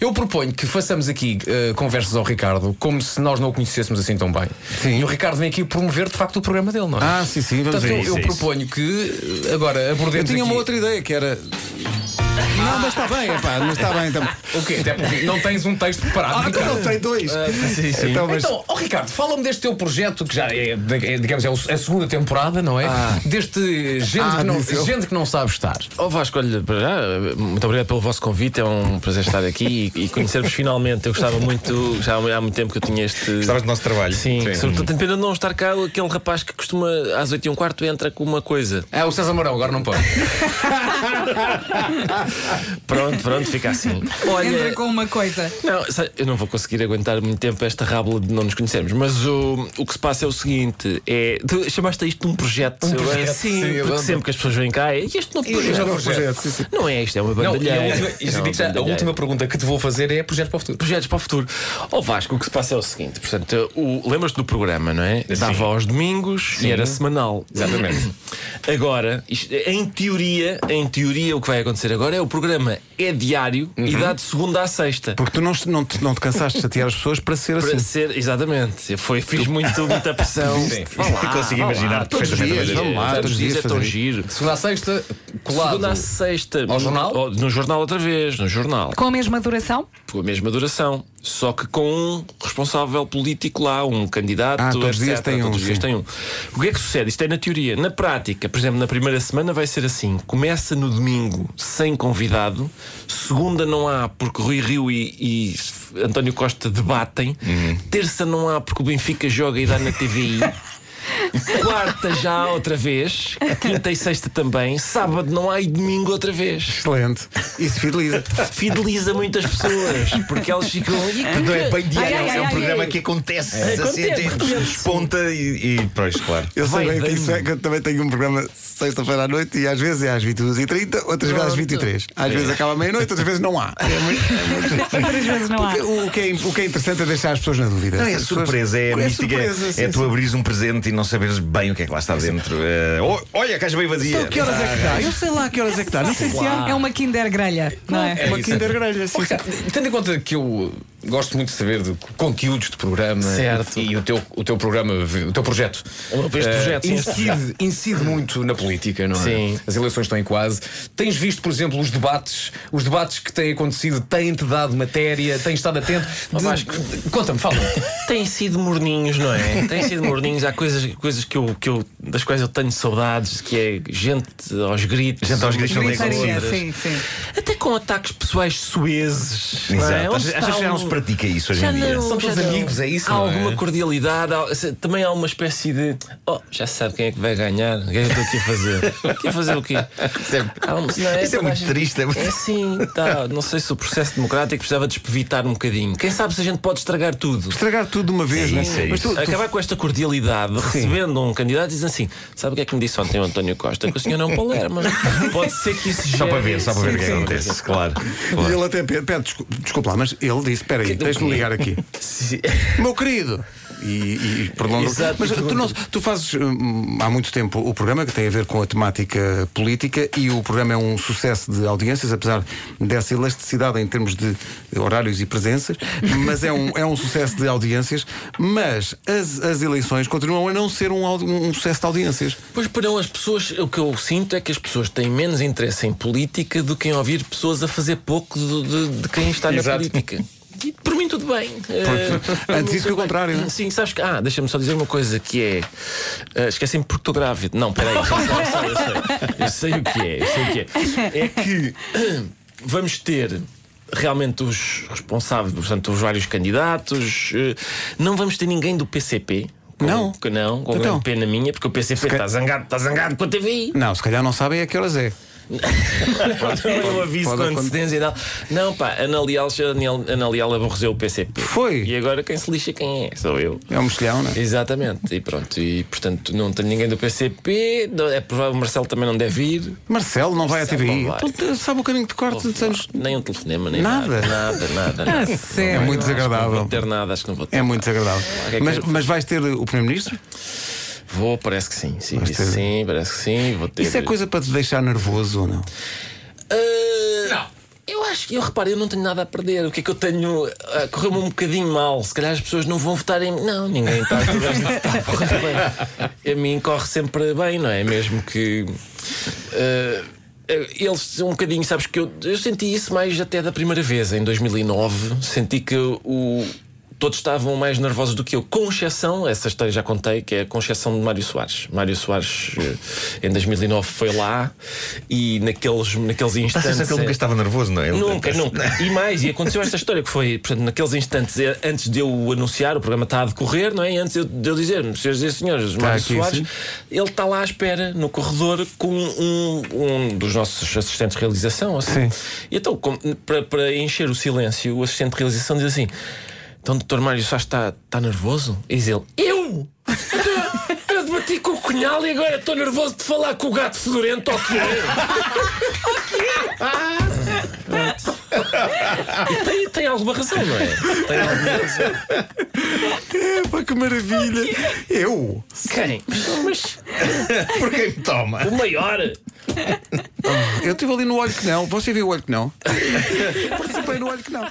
Eu proponho que façamos aqui eh, conversas ao Ricardo como se nós não o conhecêssemos assim tão bem. Sim. E o Ricardo vem aqui promover de facto o programa dele, não é? Ah, sim, sim, vamos Portanto, ver eu, isso. eu isso. proponho que eh, agora Eu abordemos. tinha uma aqui- outra ideia que era. Não, mas está bem, epá, mas está bem também. O quê? Até porque não tens um texto preparado, Ah, Ricardo. então tem dois. Sim, sim. Então, mas- Então, ó Ricardo, fala-me deste teu projeto que já é, é, digamos, é o- a segunda temporada, não é? Ah. Deste gente, Ah, que não, disse eu. gente que não sabe estar. Ó Vasco, olha, para já, muito obrigado pelo vosso convite, é um prazer estar aqui e, e conhecer-vos finalmente. Eu gostava muito, já há muito tempo que eu tinha este. Gostavas do nosso trabalho. Sim, sobretudo tenho pena de não estar cá aquele rapaz que costuma às 8 e um quarto entra com uma coisa. É o César Mourão, agora não pode. Pronto, pronto, fica assim. Entra com uma coisa. Não, sabe, eu não vou conseguir aguentar muito tempo esta rábula de não nos conhecermos, mas o, o que se passa é o seguinte: é, tu chamaste isto de um projeto. eu- projeto, sim, sim, eu porque ando- sempre que as pessoas vêm cá, é "E este novo projeto. novo projeto, sim, sim. Não é isto, é uma Não, e a bandalheira. última, É isto uma digo já, a bandalheira. última pergunta que te vou fazer é projeto para o futuro. Projetos para o futuro. Ó Vasco, o que se passa é o seguinte: portanto, o, lembras-te do programa, não é? Dava aos domingos e era semanal. Exatamente. Agora, isto- em teoria, em teoria, o que vai acontecer agora é o programa é diário e dá de segunda à sexta. Porque tu não, não, te- não te cansaste de chatear as pessoas para ser Para assim. ser, exatamente. Eu Foi, fiz muito, muita pressão. Vá lá, Consegui vá imaginar lá, todos os perfeitamente dias, a vamos lá, fazer todos os dias é tão isso. giro. Segunda à sexta, colado. Segunda à sexta. Ao jornal? Oh, No jornal outra vez, no jornal. Com a mesma duração? com a mesma duração, só que com um responsável político lá, um candidato, Ah, todos os etc. dias tem um, todos os dias sim. tem um. O que é que sucede? Isto é na teoria. Na prática, por exemplo, na primeira semana vai ser assim: começa no domingo sem convidado, segunda não há porque Rui Rio e, e António Costa debatem, Uhum. terça não há porque o Benfica joga e dá na TVI. Quarta já há outra vez, quinta e sexta também, sábado não há e domingo outra vez Excelente. Isso fideliza. fideliza muitas pessoas porque elas ficam. "E que- Não é bem diário, ai, é um ai, programa ai. que acontece. Acontece, assim, acontece. Esponta e, e. Pois, claro. Eu sei Vai, bem que dei-me. isso é, que eu também tenho um programa sexta-feira à noite e às vezes é às 22h30, outras vezes às 23 Às vezes acaba à meia-noite, outras vezes não há. É muito- é muito- Outras vezes não há. Porque o, que é, im- o que é interessante é deixar as pessoas na dúvida. Não, é As pessoas- surpresa, é, mística. surpresa, sim, é tu sim. abrires um presente e não saberes bem o que é que lá está dentro. Eh, oh, olha, a caixa veio vazia. Então, que horas é que dá? Eu sei lá que horas é que dá. Não sei se há. É uma Kinder grelha, não é? Uma Kinder Grelha. sim, Ó, sim. Ricardo, Tendo em conta que eu gosto muito de saber de conteúdos de programa Certo. e o teu, o teu programa, o teu projeto, Este projeto, eh, sim, este incide, incide muito na política, não é? Sim. As eleições estão em quase. Tens visto, por exemplo, os debates, os debates que têm acontecido, têm-te dado matéria, tens estado atento. De- Vasco. de- Conta-me, fala-me. Têm sido morninhos, não é? Têm sido morninhos. Há coisas, coisas que eu, que eu, das quais eu tenho saudades, que é gente aos gritos. Gente aos gritos não tem Gritaria, consideração. sim, sim. Até com ataques pessoais suezes. não é? Exato. Onde Achas está achas que já não um- se pratica isso hoje Já em dia? não, São já todos não. amigos, é isso, Há não é? alguma cordialidade, há- se- também há uma espécie de. Oh, já se sabe quem é que vai ganhar, o que é que eu estou aqui a fazer? Aqui a fazer o quê? Isso é- Há um- não Isso é Toda a muito gente- triste. é muito- É sim, tá, não sei se o processo democrático precisava despevitar um bocadinho. Quem sabe se a gente pode estragar tudo. Estragar tudo de uma vez, É não isso, é Mas tu, tu- Acabar com esta cordialidade, recebendo um candidato, dizem assim: sabe o que é que me disse ontem o António Costa? Que o senhor é um palerma. Pode ser que isso Só para gere- ver, só para ver o que é que Sim, acontece. Claro. E claro. ele até pede, pede descu- desculpa lá, mas ele disse: Espera aí, do deixa-me quê? ligar aqui. sim. Meu querido! E, e prolonga. Exato, mas e tu, não- tu fazes hum, há muito tempo o programa que tem a ver com a temática política e o programa é um sucesso de audiências, apesar dessa elasticidade em termos de horários e presenças, mas é um, é um sucesso de audiências. Mas as, as eleições continuam a não ser um, audi- um sucesso de audiências. Pois porão, as pessoas, o que eu sinto é que as pessoas têm menos interesse em política do que em ouvir pessoas a fazer pouco do- de, de quem está na Exato. política. E por mim tudo bem. Eh, por antes mim isso que o tudo bem. contrário, não é? Sim, sabes que. Ah, deixa-me só dizer uma coisa que é. eh, Esqueci-me porque estou grávido. Não, peraí, já sei, eu sei, eu sei. Eu sei o que é, eu sei o que é. É que vamos ter. Realmente os responsáveis, portanto, os vários candidatos, eh, não vamos ter ninguém do PCP. com- Não. que não, com Então. grande pena minha, porque o PCP Tá está zangado, está zangado com a TVI. Não, se calhar não sabem a que horas é. Eu É um aviso pode com acontecer. antecedência e tal. Não, pá, Ana Leal, já- Ana Leal aborreceu o PCP. Foi. E agora quem se lixa quem é? Sou eu. É um mexilhão, não é? Exatamente, e pronto, e portanto não tem ninguém do PCP, não- é provável que o Marcelo também não deve ir, Marcelo não vai à Marcelo TVI. não vai. Então, sabe o caminho de corte de anos. nem um telefonema, nem Nada. nada. Nada, nada. Ah, nada. É sério. muito Não desagradável. vou ter nada, acho que não vou ter. É muito desagradável. que é que Mas, é? mas vais ter eh, o Primeiro-Ministro? Vou, parece que sim, sim, ter- sim, parece que sim, vou ter. Isso é coisa para te deixar nervoso ou não? Ah, eu acho acho que eu reparo, eu não tenho nada a perder. O que é que eu tenho? Ah, Correu-me um bocadinho mal. Se calhar as pessoas não vão votar em mim. Não, ninguém está. toda a gente está a correr bem. A mim corre sempre bem, não é? Mesmo que. ah, ah, eles são um bocadinho, sabes que eu, eu senti isso mais até da primeira vez, em 2009. Senti que o. Todos estavam mais nervosos do que eu, com exceção, essa história já contei, que é com exceção de Mário Soares. Mário Soares, eh, em 2009, foi lá e naqueles, naqueles Está a instantes. sensação que ele eh, nunca estava nervoso, não é? Ele- Nunca, nunca. E mais, e aconteceu esta história que foi, portanto, naqueles instantes, eh, antes de eu o anunciar, o programa está a decorrer, não é? E Antes eu- de eu dizer, senhores e senhores, Mário aqui, Soares, sim. ele está lá à espera, no corredor, com um, um dos nossos assistentes de realização, assim. E então, como- para, para encher o silêncio, o assistente de realização diz assim: Então, doutor Mário Soares está está nervoso? E diz ele: Eu? Então, Eu debati com o Cunhal e agora estou nervoso de falar com o é." gato fedorento, ok? E tem, tem alguma razão, não é? Tem alguma razão. Epá, que maravilha! Eu? Quem? Mas Por quem me toma? o maior. Eu estive ali no olho que não. Você viu o olho que não? Eu participei no olho que não.